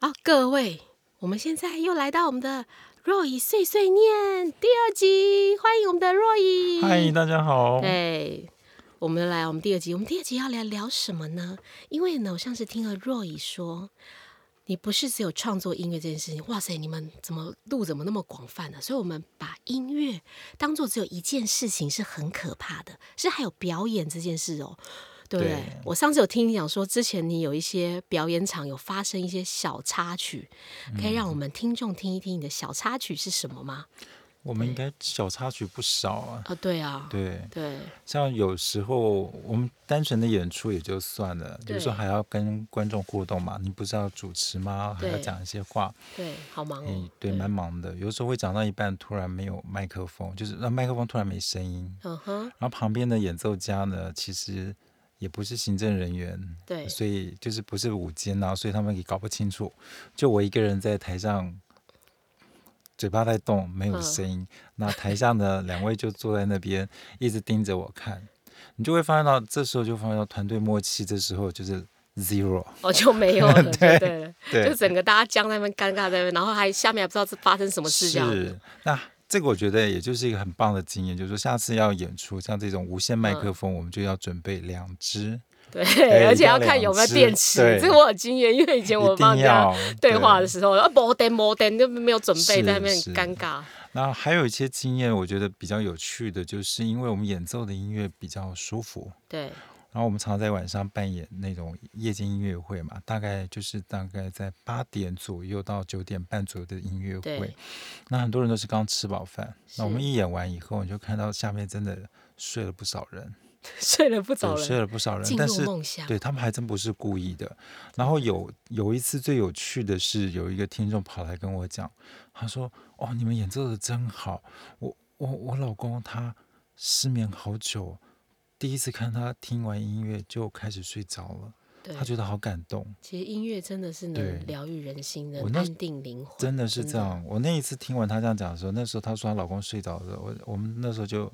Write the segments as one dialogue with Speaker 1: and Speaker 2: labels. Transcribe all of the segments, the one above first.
Speaker 1: 啊各位，我们现在又来到我们的若以碎碎念第二集，欢迎我们的若以。
Speaker 2: 嗨，大家好。
Speaker 1: 对，哎我们来我们第二集，我们第二集要来聊什么呢？因为呢，我上次听了若以说，你不是只有创作音乐这件事情，哇塞，你们怎么路怎么那么广泛呢、所以我们把音乐当做只有一件事情是很可怕的，是还有表演这件事哦。对不对？
Speaker 2: 对
Speaker 1: 我上次有听你讲说，之前你有一些表演场有发生一些小插曲，可以让我们听众听一听你的小插曲是什么吗？
Speaker 2: 我们应该小插曲不少啊。
Speaker 1: 啊、对啊，
Speaker 2: 对，
Speaker 1: 对
Speaker 2: 像有时候我们单纯的演出也就算了，
Speaker 1: 对
Speaker 2: 有时候还要跟观众互动嘛。你不是要主持吗？还
Speaker 1: 对
Speaker 2: 要讲一些话。
Speaker 1: 对，好忙哦
Speaker 2: 哎，，对，蛮忙的。有时候会讲到一半，突然没有麦克风，就是那麦克风突然没声音。
Speaker 1: 嗯哼，
Speaker 2: 然后旁边的演奏家呢，其实也不是行政人员，
Speaker 1: 对
Speaker 2: 所以就是不是舞间啊，所以他们也搞不清楚。就我一个人在台上，嘴巴在动，没有
Speaker 1: 嗯
Speaker 2: 声音。那台下的两位就坐在那边，一直盯着我看。你就会发现到，这时候就发现到团队默契，这时候就是 zero。
Speaker 1: 哦就没有了， 对对了，
Speaker 2: 对
Speaker 1: 就整个大家僵在那边，尴尬在那边，然后还下面还不知道是发生什么事这样子，
Speaker 2: 是，那这个我觉得也就是一个很棒的经验，就是说下次要演出，像这种无线麦克
Speaker 1: 嗯
Speaker 2: 风，我们就要准备两支，
Speaker 1: 对，而且要
Speaker 2: 哎要
Speaker 1: 看有没有
Speaker 2: 两只
Speaker 1: 电池，
Speaker 2: 对
Speaker 1: 这个我有经验，因为以前我
Speaker 2: 一
Speaker 1: 帮
Speaker 2: 定
Speaker 1: 人家
Speaker 2: 要
Speaker 1: 对话的。时候，啊，没电没电就没有准备，
Speaker 2: 是
Speaker 1: 在那边很
Speaker 2: 是
Speaker 1: 尴尬，
Speaker 2: 然后还有一些经验，我觉得比较有趣的，就是因为我们演奏的音乐比较舒服，
Speaker 1: 对，
Speaker 2: 然后我们常常在晚上扮演那种夜间音乐会嘛，大概就是大概在八点左右到九点半左右的音乐
Speaker 1: 对
Speaker 2: 会。那很多人都是刚吃饱饭，那我们
Speaker 1: 是
Speaker 2: 一演完以后，你就看到下面真的睡了不少人，
Speaker 1: 睡了不早
Speaker 2: 对，睡
Speaker 1: 了，
Speaker 2: 了不少人，
Speaker 1: 进
Speaker 2: 但
Speaker 1: 入
Speaker 2: 是
Speaker 1: 梦乡，
Speaker 2: 对他们还真不是故意的。然后有有一次最有趣的是，有一个听众跑来跟我讲，他说：“哦，你们演奏的真好，我我我老公他失眠好久，第一次看他听完音乐就开始睡着了，
Speaker 1: 对
Speaker 2: 他，觉得好感动，
Speaker 1: 其实音乐真的是
Speaker 2: 对
Speaker 1: 能疗愈人心的，
Speaker 2: 我
Speaker 1: 能
Speaker 2: 那
Speaker 1: 安定灵魂，
Speaker 2: 真的是这样。”我那一次听完他这样讲的时候，那时候她说她老公睡着了，我我们那时候就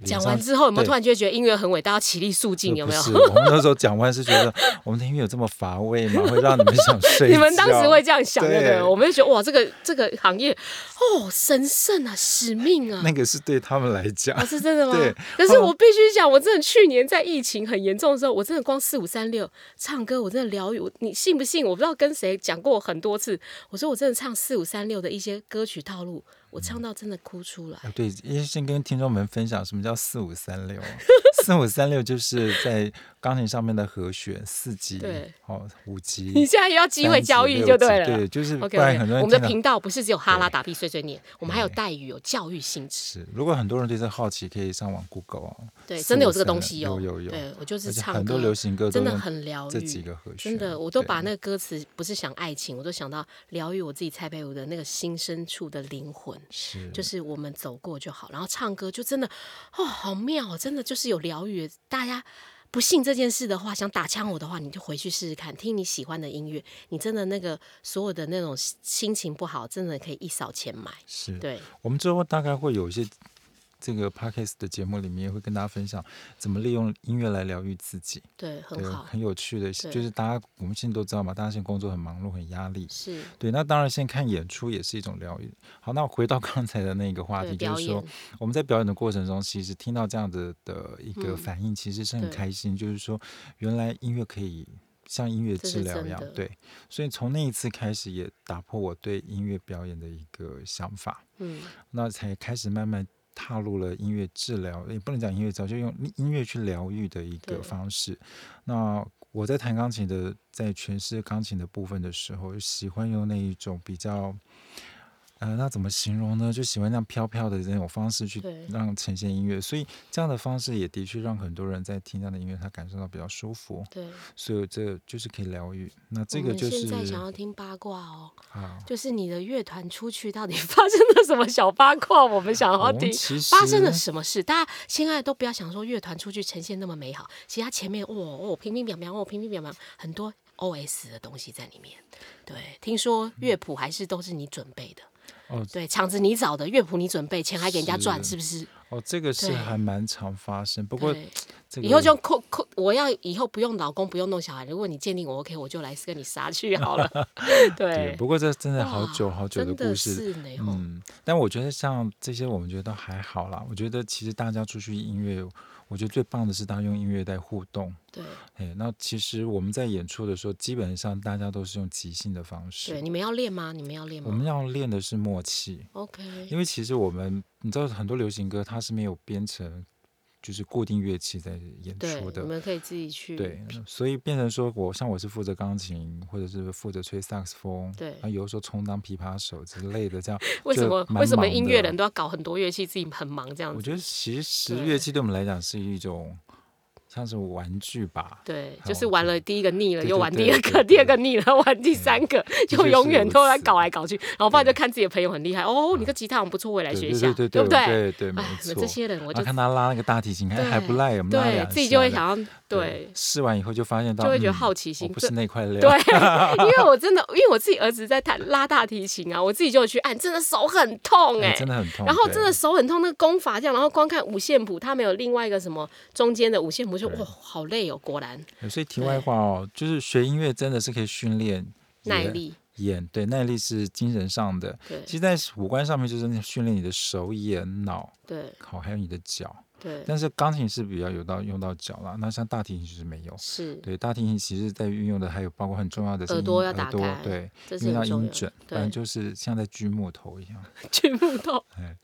Speaker 2: 脸
Speaker 1: 讲
Speaker 2: 上
Speaker 1: 完之后，有没有
Speaker 2: 对
Speaker 1: 突然就会觉得音乐很伟大，要起立肃
Speaker 2: 呃
Speaker 1: 敬？有
Speaker 2: 不
Speaker 1: 没有
Speaker 2: 是，？我们那时候讲完是觉得 我们的音乐有这么乏味吗？会让你们想睡 觉？
Speaker 1: 你们当时会这样想对不对？
Speaker 2: 对
Speaker 1: 我们就觉得哇，这个这个行业哦，神圣啊，使命啊，
Speaker 2: 那个是对他们来讲
Speaker 1: 啊，，是真的吗？
Speaker 2: 对哦
Speaker 1: 可是我必须讲，我真的去年在疫情很严重的时候，我真的光四五三六唱歌，我真的疗愈。我你信不信？我不知道跟谁讲过很多次，我说我真的唱四五三六的一些歌曲套路，我唱到真的哭出来。
Speaker 2: 啊对，因为先跟听众们分享什么叫四五三 六。四五三六就是在钢琴上面的和弦四级，
Speaker 1: 对，
Speaker 2: 哦， 五级，
Speaker 1: 你现在又要机会教育就对
Speaker 2: 对
Speaker 1: 了。
Speaker 2: 对，就是不
Speaker 1: OK，,
Speaker 2: 然很多人
Speaker 1: 我们
Speaker 2: 听
Speaker 1: 的
Speaker 2: 了
Speaker 1: 频道不是只有哈拉打屁碎碎念，我们还有带语有教育性质。
Speaker 2: 是，如果很多人对这好奇，可以上网 Google 哦。
Speaker 1: 对，
Speaker 2: 四
Speaker 1: 真的有
Speaker 2: 五
Speaker 1: 这个
Speaker 2: 三
Speaker 1: 东西
Speaker 2: 六
Speaker 1: 哦。
Speaker 2: 有有有，
Speaker 1: 对我就是
Speaker 2: 而且
Speaker 1: 唱
Speaker 2: 很多
Speaker 1: 歌
Speaker 2: 流行歌都
Speaker 1: 真的
Speaker 2: 用
Speaker 1: 很疗
Speaker 2: 这几
Speaker 1: 愈。
Speaker 2: 个和
Speaker 1: 真
Speaker 2: 弦，
Speaker 1: 的，我都
Speaker 2: 对
Speaker 1: 把那个歌词不是想爱情，我都想到疗愈我自己蔡佩如的那个心深处的灵魂，
Speaker 2: 是
Speaker 1: 就是我们走过就好，然后唱歌就真的，哦，好妙哦，真的就是有疗愈。大家不信这件事的话，想打枪我的话，你就回去试试看，听你喜欢的音乐，你真的那个所有的那种心情不好，真的可以一扫钱买。
Speaker 2: 是。
Speaker 1: 对，
Speaker 2: 我们之后大概会有一些这个 podcast 的节目里面会跟大家分享怎么利用音乐来疗愈自己，
Speaker 1: 对，很
Speaker 2: 对，
Speaker 1: 好，
Speaker 2: 很有趣的，
Speaker 1: 对
Speaker 2: 就是大家我们现在都知道嘛，大家现在工作很忙碌，很压力。
Speaker 1: 是
Speaker 2: 对，那当然，现在看演出也是一种疗愈。好，那我回到刚才的那个话
Speaker 1: 对
Speaker 2: 题，就
Speaker 1: 表
Speaker 2: 是
Speaker 1: 演
Speaker 2: 说，我们在表演的过程中，其实听到这样的的一个
Speaker 1: 嗯
Speaker 2: 反应，其实是很
Speaker 1: 对
Speaker 2: 开心。就是说，原来音乐可以像音乐
Speaker 1: 这
Speaker 2: 治
Speaker 1: 是
Speaker 2: 疗
Speaker 1: 真
Speaker 2: 一样
Speaker 1: 的，
Speaker 2: 对。所以从那一次开始，也打破我对音乐表演的一个想法。
Speaker 1: 嗯，
Speaker 2: 那才开始慢慢踏入了音乐治疗，也不能讲音乐治疗，就用音乐去疗愈的一
Speaker 1: 对
Speaker 2: 个方式。那我在弹钢琴的，在诠释钢琴的部分的时候，喜欢用那一种比较，呃，那怎么形容呢？就喜欢那样飘飘的那种方式去
Speaker 1: 对
Speaker 2: 让呈现音乐，所以这样的方式也的确让很多人在听这样的音乐，他感受到比较舒服，
Speaker 1: 对。
Speaker 2: 所以这就是可以疗愈。那这
Speaker 1: 我
Speaker 2: 个
Speaker 1: 们
Speaker 2: 就
Speaker 1: 现在
Speaker 2: 是
Speaker 1: 想要听八卦哦，
Speaker 2: 啊，
Speaker 1: 就是你的乐团出去到底发生了什么小八卦？我们想要
Speaker 2: 我们
Speaker 1: 听
Speaker 2: 其实
Speaker 1: 发生了什么事？大家现在都不要想说乐团出去呈现那么美好，其实它前面哦哦平平表表哦平平表表很多 OS 的东西在里面。对，听说乐谱还是都是你准备的，
Speaker 2: 嗯哦，
Speaker 1: 对，场子你找的，乐谱你准备，钱还给人家赚，
Speaker 2: 是
Speaker 1: 是不是？
Speaker 2: 哦，这个是
Speaker 1: 对
Speaker 2: 还蛮常发生，不过
Speaker 1: 对，
Speaker 2: 这个
Speaker 1: 以后就扣扣，我要以后不用老公，不用弄小孩。如果你鉴定我 OK，我就来跟你杀去好 了。
Speaker 2: 对，
Speaker 1: 对，
Speaker 2: 不过这真的好
Speaker 1: 哇
Speaker 2: 久好久
Speaker 1: 真
Speaker 2: 故
Speaker 1: 的
Speaker 2: 事，
Speaker 1: 是呢，吼
Speaker 2: 嗯，但我觉得像这些，我们觉得都还好啦。我觉得其实大家出去音乐，我觉得最棒的是大家用音乐在互动。
Speaker 1: 对
Speaker 2: 哎，那其实我们在演出的时候，基本上大家都是用即兴的方
Speaker 1: 对，
Speaker 2: 式。
Speaker 1: 你们要练吗？你们要练
Speaker 2: 我们
Speaker 1: 吗
Speaker 2: 要练的是默契，
Speaker 1: ？OK，
Speaker 2: 因为其实我们你知道很多流行歌它是没有编成就是固定乐器在演
Speaker 1: 对，
Speaker 2: 出
Speaker 1: 你
Speaker 2: 的，
Speaker 1: 们可以自己去
Speaker 2: 对，所以变成说我像我是负责钢琴，或者是负责吹萨克斯风，
Speaker 1: 对
Speaker 2: 然后有的时候充当琵琶手之类的，这样
Speaker 1: 为什
Speaker 2: 就
Speaker 1: 么
Speaker 2: 蛮
Speaker 1: 为什么
Speaker 2: 忙
Speaker 1: 音
Speaker 2: 的
Speaker 1: 乐人都要搞很多乐器，自己很忙这样子？
Speaker 2: 我觉得其实
Speaker 1: 对
Speaker 2: 乐器对我们来讲是一种像是玩具吧。
Speaker 1: 对，
Speaker 2: 好
Speaker 1: 就是玩了第一个腻了，
Speaker 2: 对
Speaker 1: 又
Speaker 2: 对
Speaker 1: 玩
Speaker 2: 对
Speaker 1: 第二
Speaker 2: 对
Speaker 1: 个，
Speaker 2: 对嗯
Speaker 1: 第二个腻了，玩第三个，
Speaker 2: 确
Speaker 1: 就是永远
Speaker 2: 如
Speaker 1: 都在
Speaker 2: 此嗯
Speaker 1: 搞来搞去。然后不然就看自己的朋友很厉害，哦，你个吉他很不错，我也来
Speaker 2: 对
Speaker 1: 学
Speaker 2: 对
Speaker 1: 一下，
Speaker 2: 对
Speaker 1: 不
Speaker 2: 对
Speaker 1: 对？
Speaker 2: 对对，没
Speaker 1: 哎，你
Speaker 2: 错。
Speaker 1: 们这些人，我
Speaker 2: 然后
Speaker 1: 就
Speaker 2: 看他拉那个大提琴，哎，还不
Speaker 1: 对
Speaker 2: 赖，我们拉
Speaker 1: 对
Speaker 2: 两
Speaker 1: 自己
Speaker 2: 下
Speaker 1: 就会
Speaker 2: 的
Speaker 1: 想要对。
Speaker 2: 试完以后就发现到，
Speaker 1: 就会觉得
Speaker 2: 嗯
Speaker 1: 好奇心
Speaker 2: 我不
Speaker 1: 这
Speaker 2: 是那块料。哎
Speaker 1: 对，
Speaker 2: 啊
Speaker 1: 因为我真的，因为我自己儿子在弹拉大提琴啊，我自己就有去按，真的手很痛哎、
Speaker 2: 哎真的很痛。
Speaker 1: 然后
Speaker 2: 对
Speaker 1: 真的手很痛，那个功法这样，然后光看五线谱，它没有另外一个什么中间的五线谱，就
Speaker 2: 对
Speaker 1: 哇好累哦。果然
Speaker 2: 对所以题
Speaker 1: 对
Speaker 2: 外话哦，就是学音乐真的是可以训练
Speaker 1: 耐
Speaker 2: 眼
Speaker 1: 力，
Speaker 2: 眼对耐力是精神上的，
Speaker 1: 对
Speaker 2: 其实，在五官上面就是训练你的手、眼、脑，
Speaker 1: 对
Speaker 2: 好，还有你的脚。
Speaker 1: 对，
Speaker 2: 但是钢琴是比较有到用到脚啦，那像大提琴就是没有。
Speaker 1: 是
Speaker 2: 对，大提琴其实在运用的还有包括很重要的是
Speaker 1: 耳
Speaker 2: 音
Speaker 1: 朵要打
Speaker 2: 耳朵
Speaker 1: 开
Speaker 2: 对，
Speaker 1: 这是
Speaker 2: 运用到
Speaker 1: 很重
Speaker 2: 音
Speaker 1: 要
Speaker 2: 准
Speaker 1: 的，，
Speaker 2: 不然
Speaker 1: 对，
Speaker 2: 就是像在锯木头一样。
Speaker 1: 去木头
Speaker 2: 哎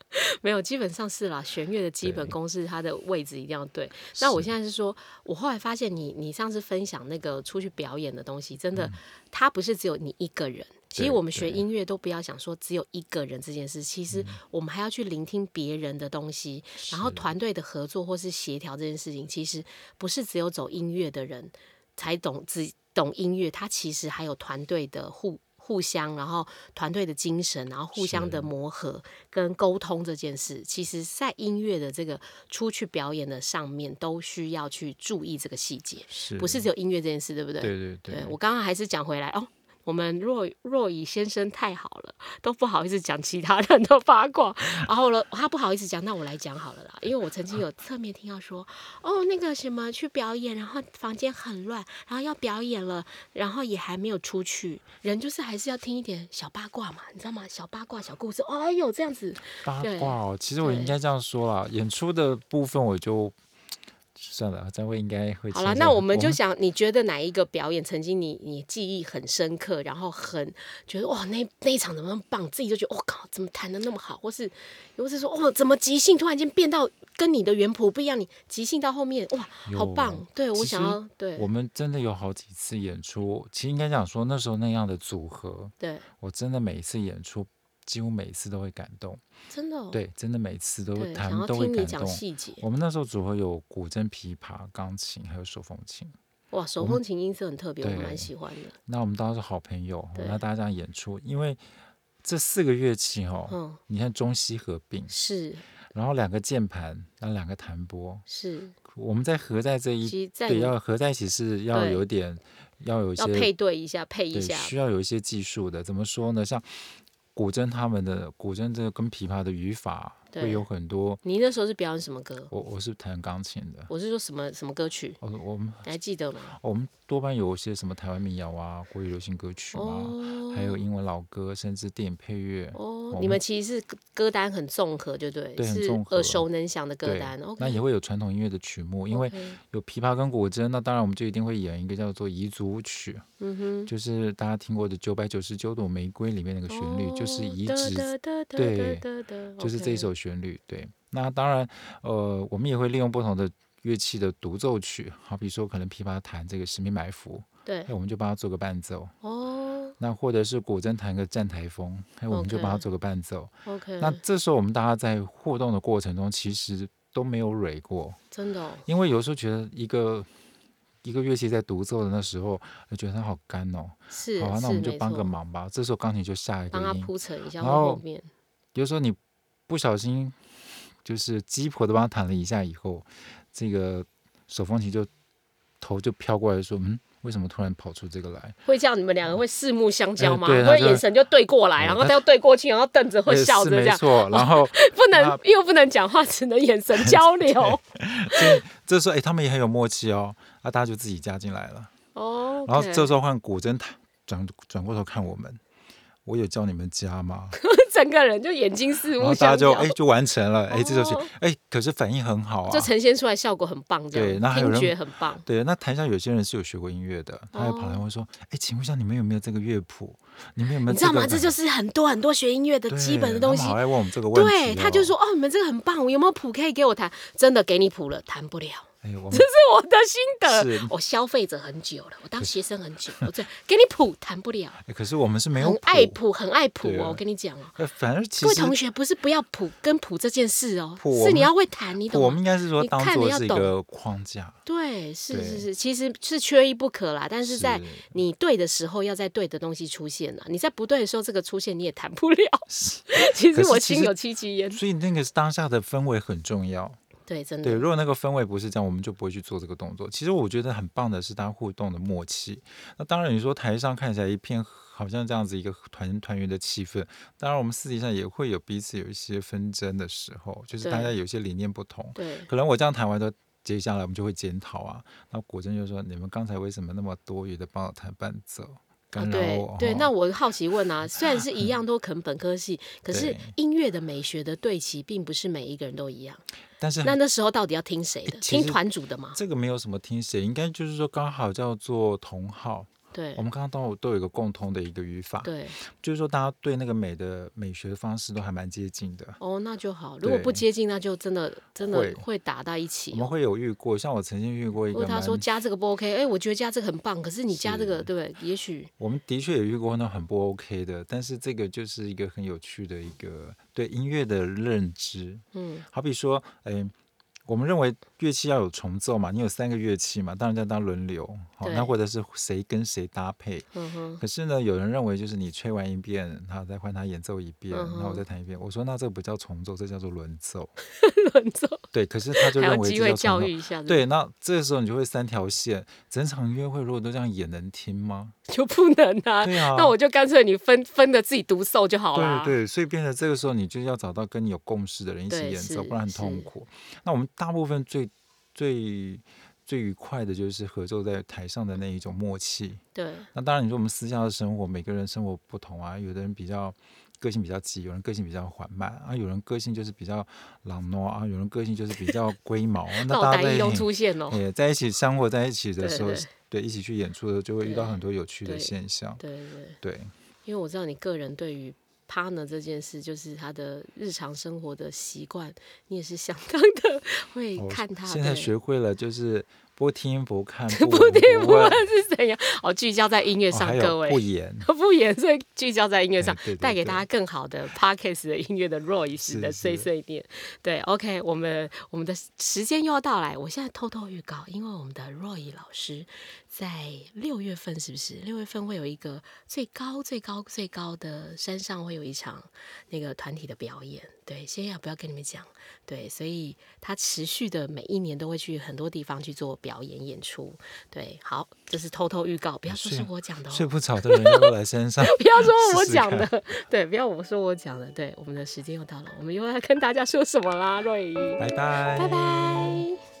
Speaker 1: 没有，基本上是啦。弦乐的基本
Speaker 2: 对
Speaker 1: 公式，它的位置一定要对。那我
Speaker 2: 是
Speaker 1: 现在是说，我后来发现你，你上次分享那个出去表演的东西，真的，它不是只有你一个人。其实
Speaker 2: 嗯对
Speaker 1: 我们学
Speaker 2: 对
Speaker 1: 音乐都不要想说只有一个人这件事，其实我们还要去聆听别人的东西，然后
Speaker 2: 嗯是
Speaker 1: 团队的合作或是协调这件事情，其实不是只有走音乐的人才懂只懂音乐，它其实还有团队的互互相，然后团队的精神，然后互相的
Speaker 2: 是
Speaker 1: 磨合跟沟通这件事，其实在音乐的这个出去表演的上面，都需要去注意这个细节，
Speaker 2: 是
Speaker 1: 不是只有音乐这件事，对不对？
Speaker 2: 对对对
Speaker 1: 对我刚刚还是讲回来哦。我们若若以先生太好了，都不好意思讲其他人的八卦。然后呢，他不好意思讲，那我来讲好了啦。因为我曾经有侧面听到说，哦，那个什么去表演，然后房间很乱，然后要表演了，然后也还没有出去，人就是还是要听一点小八卦嘛，你知道吗？小八卦、小故事，哦，哎呦这样子，
Speaker 2: 八
Speaker 1: 对
Speaker 2: 卦哦。其实我应
Speaker 1: 对
Speaker 2: 该这样说啦，演出的部分我就算了，这样会应该会
Speaker 1: 好
Speaker 2: 牵
Speaker 1: 了，
Speaker 2: 涉
Speaker 1: 那
Speaker 2: 很
Speaker 1: 我们
Speaker 2: 多
Speaker 1: 就想，你觉得哪一个表演曾经你你记忆很深刻，然后很觉得哇，那那一场怎么那么棒，自己就觉得我、哦靠，怎么弹的那么好，或是或是说哦，怎么即兴突然间变到跟你的原谱不一样，你即兴到后面哇，好
Speaker 2: 有
Speaker 1: 棒，对我
Speaker 2: 其
Speaker 1: 想
Speaker 2: 实
Speaker 1: 要对
Speaker 2: 我们真的有好几次演出，其实应该讲说那时候那样的组合，
Speaker 1: 对，
Speaker 2: 我真的每一次演出，几乎每一次都会感动。
Speaker 1: 真的、哦、
Speaker 2: 对，真的每次都
Speaker 1: 对，
Speaker 2: 弹
Speaker 1: 想要
Speaker 2: 都会
Speaker 1: 听你
Speaker 2: 感
Speaker 1: 讲
Speaker 2: 动。
Speaker 1: 细节
Speaker 2: 我们那时候组合有古筝、琵琶、钢琴，还有手风琴。
Speaker 1: 哇，手风琴音色很特别，我
Speaker 2: 对
Speaker 1: 蛮喜欢的，
Speaker 2: 那我们当时是好朋友，我
Speaker 1: 对
Speaker 2: 们要大家这样演出，因为这四个乐器哦，
Speaker 1: 嗯，
Speaker 2: 你看中西合并，
Speaker 1: 是
Speaker 2: 然后两个键盘，然后两个弹拨，
Speaker 1: 是，我
Speaker 2: 我们再合在这一
Speaker 1: 其实在
Speaker 2: 对，
Speaker 1: 你
Speaker 2: 要合在一起是要
Speaker 1: 对
Speaker 2: 有点要有一
Speaker 1: 要
Speaker 2: 些
Speaker 1: 配对一下，配一
Speaker 2: 对，
Speaker 1: 下，
Speaker 2: 需要有一些技术的。怎么说呢？像古筝他们的古筝这个跟琵琶的语法
Speaker 1: 对
Speaker 2: 会有很多。
Speaker 1: 你那时候是表演什么歌？
Speaker 2: 我我是弹钢琴的，
Speaker 1: 我是说什么什么歌曲？
Speaker 2: 我我们
Speaker 1: 你还记得吗？
Speaker 2: 我们多半有一些什么台湾民谣啊、国语流行歌曲啊，
Speaker 1: 哦，
Speaker 2: 还有英文老歌，甚至电影配乐。
Speaker 1: 哦，
Speaker 2: 我
Speaker 1: 你
Speaker 2: 们
Speaker 1: 们其实是歌歌单很综合，就对，
Speaker 2: 对很
Speaker 1: 是
Speaker 2: 综合
Speaker 1: 耳熟能详的歌
Speaker 2: 对
Speaker 1: 单。OK，
Speaker 2: 那也会有传统音乐的曲目，因为
Speaker 1: OK，
Speaker 2: 有琵琶跟古筝，那当然我们就一定会演一个叫做彝族舞曲，
Speaker 1: 嗯哼，
Speaker 2: 就是大家听过的《九百九十九朵玫瑰》里面那个旋律，就是
Speaker 1: 哦
Speaker 2: 彝
Speaker 1: 哒
Speaker 2: 族
Speaker 1: 哒哒哒
Speaker 2: 对
Speaker 1: 哒哒哒
Speaker 2: 就是这一
Speaker 1: OK
Speaker 2: 首旋律。对，那当然，呃，我们也会利用不同的乐器的独奏曲，好比说可能琵琶弹这个《十面埋伏》，
Speaker 1: 对
Speaker 2: 哎，我们就帮他做个伴奏；
Speaker 1: 哦
Speaker 2: 那或者是古筝弹个《站台风》，哎，我们就帮他
Speaker 1: OK
Speaker 2: 做个伴奏。
Speaker 1: ，OK，
Speaker 2: 那这时候我们大家在互动的过程中，其实都没有蕊过，
Speaker 1: 真的哦
Speaker 2: 因为有时候觉得一个。一个乐器在独奏的那时候，就觉得它好干哦。
Speaker 1: 是
Speaker 2: 好、啊，那
Speaker 1: 是
Speaker 2: 我们就
Speaker 1: 没
Speaker 2: 帮个
Speaker 1: 错，
Speaker 2: 忙吧。这时候钢琴就下一
Speaker 1: 帮他
Speaker 2: 个音，
Speaker 1: 铺陈一下
Speaker 2: 然
Speaker 1: 后
Speaker 2: 后
Speaker 1: 面
Speaker 2: 有时候你不小心就是鸡婆的帮他弹了一下以后，这个手风琴就头就飘过来说：“嗯，为什么突然跑出这个来？
Speaker 1: 会这样，你们两个会四目相交吗？
Speaker 2: 嗯哎对他
Speaker 1: 会
Speaker 2: 就
Speaker 1: 眼神就对过来，
Speaker 2: 嗯
Speaker 1: 然后
Speaker 2: 他
Speaker 1: 他又对过去，然后瞪着或
Speaker 2: 哎
Speaker 1: 笑
Speaker 2: 是
Speaker 1: 着这
Speaker 2: 没
Speaker 1: 样，
Speaker 2: 错。然后
Speaker 1: 不能
Speaker 2: 那
Speaker 1: 又不能讲话，只能眼 神交流。
Speaker 2: 这时候，哎，他们也很有默契哦，啊，大家就自己加进来了。
Speaker 1: 哦，
Speaker 2: 然后这时候换果真他转转过头看我们，我有叫你们 加吗？
Speaker 1: 整个人就眼睛四
Speaker 2: 然
Speaker 1: 目
Speaker 2: 后大家
Speaker 1: 相
Speaker 2: 就
Speaker 1: 交，
Speaker 2: 哎就完成了，哎，这就是
Speaker 1: 哦
Speaker 2: 哎，可是反应很好啊，
Speaker 1: 就呈现出来效果很棒，这
Speaker 2: 对
Speaker 1: 样
Speaker 2: 那还有
Speaker 1: 听
Speaker 2: 人
Speaker 1: 觉很棒。
Speaker 2: 对，那台下有些人是有学过音乐的，他还跑来问说：“哎、请问一下，你们有没有这个乐谱？你们有没有
Speaker 1: 哦你
Speaker 2: 呃个
Speaker 1: 知
Speaker 2: 版？”
Speaker 1: 道吗？这就是很多很多学音乐的
Speaker 2: 对
Speaker 1: 基本的东西
Speaker 2: 他。们好爱问我们这个问题、
Speaker 1: 对，他就，说：“哦，你们这个很棒，有没有谱可以给我弹？真的给你谱了，弹 不了，
Speaker 2: 哎、我们
Speaker 1: 这是我的心得
Speaker 2: 是。
Speaker 1: 我消费者很久了，我当学生很久，我这给你谱弹不了，
Speaker 2: 哎可是我们是没有
Speaker 1: 很
Speaker 2: 谱
Speaker 1: 爱谱，很爱谱
Speaker 2: 对
Speaker 1: 哦。
Speaker 2: 啊
Speaker 1: 我跟你讲哦，
Speaker 2: 呃，反而其
Speaker 1: 各位
Speaker 2: 实
Speaker 1: 同学不是不要谱跟谱这件事哦
Speaker 2: 谱，我
Speaker 1: 是
Speaker 2: 们
Speaker 1: 你要会弹，你
Speaker 2: 谱我
Speaker 1: 懂
Speaker 2: 们
Speaker 1: 吗？
Speaker 2: 应该是说
Speaker 1: 你
Speaker 2: 当
Speaker 1: 看得
Speaker 2: 做
Speaker 1: 要
Speaker 2: 是一
Speaker 1: 懂
Speaker 2: 个框架，
Speaker 1: 对，是
Speaker 2: 对
Speaker 1: 是是，其实是缺一不可啦。但是在
Speaker 2: 是
Speaker 1: 你对的时候，要在对的东西出现啊了。你在不对的时候，这个出现你也弹不了。其实
Speaker 2: 可是
Speaker 1: 我
Speaker 2: 其
Speaker 1: 心
Speaker 2: 实
Speaker 1: 有戚戚 焉。
Speaker 2: 所以那个当下的氛围很重要。
Speaker 1: 对，真的
Speaker 2: 对，。如果那个氛围不是这样，我们就不会去做这个动作。其实我觉得很棒的是大家互动的默契。那当然，你说台上看起来一片好像这样子一个团团圆的气氛，当然我们私底下也会有彼此有一些纷争的时候，就是大
Speaker 1: 对
Speaker 2: 家有一些理念不同，
Speaker 1: 对，
Speaker 2: 可能我这样谈完之后。接下来我们就会检讨啊，那果真就说你们刚才为什么那么多余的帮我弹伴奏，
Speaker 1: 啊
Speaker 2: 干扰
Speaker 1: 对
Speaker 2: 我哦哈？
Speaker 1: 对，那我好奇问啊，虽然是一 样都啃本科系，可是
Speaker 2: 对
Speaker 1: 音乐的美学的对齐，并不是每一个人都一样。
Speaker 2: 但是
Speaker 1: 那那时候到底要听谁的？
Speaker 2: 诶其
Speaker 1: 听
Speaker 2: 实
Speaker 1: 团主的吗？
Speaker 2: 这个没有什么听谁，应该就是说刚好叫做同好，
Speaker 1: 对
Speaker 2: 我们刚刚都有都有一个共通的一个语法，
Speaker 1: 对，
Speaker 2: 就是说大家对那个美的美学方式都还蛮接近的。
Speaker 1: 哦，那就好。如果不
Speaker 2: 对
Speaker 1: 接近，那就真的真的
Speaker 2: 会
Speaker 1: 会打到一起
Speaker 2: 我们
Speaker 1: 哦。
Speaker 2: 会有遇过，像我曾经遇过一
Speaker 1: 如
Speaker 2: 个
Speaker 1: 果
Speaker 2: 蛮，
Speaker 1: 他说加这个不 OK，哎，我觉得加这个很棒，可是你加这个
Speaker 2: 是
Speaker 1: 对不对？也许
Speaker 2: 我们的确也遇过那很不 OK 的，但是这个就是一个很有趣的一个对音乐的认知。
Speaker 1: 嗯，
Speaker 2: 好比说，哎，我们认为乐器要有重奏嘛，你有三个乐器嘛，当然要当轮流，好，
Speaker 1: 对
Speaker 2: 那或者是谁跟谁搭配，
Speaker 1: 嗯 哼，
Speaker 2: 可是呢，有人认为就是你吹完一遍，然后再换他演奏一遍，
Speaker 1: 嗯哼
Speaker 2: 然后我再弹一遍。我说那这不叫重奏，这叫做轮奏。
Speaker 1: 轮奏
Speaker 2: 对，可是他就
Speaker 1: 还
Speaker 2: 认
Speaker 1: 有
Speaker 2: 为
Speaker 1: 机
Speaker 2: 这
Speaker 1: 会
Speaker 2: 叫
Speaker 1: 教
Speaker 2: 重
Speaker 1: 育
Speaker 2: 奏。
Speaker 1: 一下，，
Speaker 2: 对，那这时候你就会三条线，整场约会如果都这样演，能听吗？
Speaker 1: 就不能啊。
Speaker 2: 对啊，
Speaker 1: 那我就干脆你分分的自己独奏就好啦。
Speaker 2: 对对，所以变成这个时候，你就要找到跟你有共识的人一起
Speaker 1: 对
Speaker 2: 演奏，
Speaker 1: 是
Speaker 2: 不然很
Speaker 1: 是
Speaker 2: 痛苦。那我们大部分最最最愉快的就是合奏在台上的那一种默契，
Speaker 1: 对
Speaker 2: 那当然，你说我们私下的生活，每个人生活不同啊，有的人比较个性比较急，有人个性比较缓慢啊，有人个性就是比较朗诺啊，有人个性就是比较龟毛。 那
Speaker 1: 倒
Speaker 2: 大家
Speaker 1: 带
Speaker 2: 在
Speaker 1: 一都
Speaker 2: 嘿
Speaker 1: 出现哦。
Speaker 2: 也在一起生活在一起的
Speaker 1: 对
Speaker 2: 时候
Speaker 1: 对，
Speaker 2: 对一起去演出的时候，就会遇到
Speaker 1: 对
Speaker 2: 很多有趣的
Speaker 1: 对
Speaker 2: 现象。
Speaker 1: 对对，
Speaker 2: 对，
Speaker 1: 因为我知道你个人对于 partner 这件事，就是他的日常生活的习惯，你也是相当的 会
Speaker 2: 我
Speaker 1: 看他的。
Speaker 2: 哦现在学会了就是不听 不看不
Speaker 1: 不
Speaker 2: 闻
Speaker 1: 听 不
Speaker 2: 问
Speaker 1: 问，是怎样？哦，聚焦在音乐
Speaker 2: 哦
Speaker 1: 上，
Speaker 2: 还
Speaker 1: 各
Speaker 2: 有
Speaker 1: 位
Speaker 2: 不言。
Speaker 1: 不演，所以聚焦在音乐上
Speaker 2: 哎对对，
Speaker 1: 带给
Speaker 2: 对
Speaker 1: 大家更好的 podcast 的音乐的 Royce
Speaker 2: 是
Speaker 1: 的
Speaker 2: 是
Speaker 1: 碎碎念。对，OK，我们我们的时间又要到来，我现在偷偷预告，因为我们的 Roy 老师在六月份是不是？六月份会有一个最高最高最高的山上会有一场那个团体的表演。对，先要不要跟你们讲？对，所以他持续的每一年都会去很多地方去做表演演出。对，好，这是偷偷预告，不要说
Speaker 2: 是啊
Speaker 1: 是我讲的哦。
Speaker 2: 睡不着的人要不要来身上？
Speaker 1: 不要说我
Speaker 2: 试试
Speaker 1: 讲
Speaker 2: 看
Speaker 1: 的， 对，不要我说我讲的，对，我们的时间又到了，我们又要跟大家说什么啦，若雨，
Speaker 2: 拜
Speaker 1: 拜拜。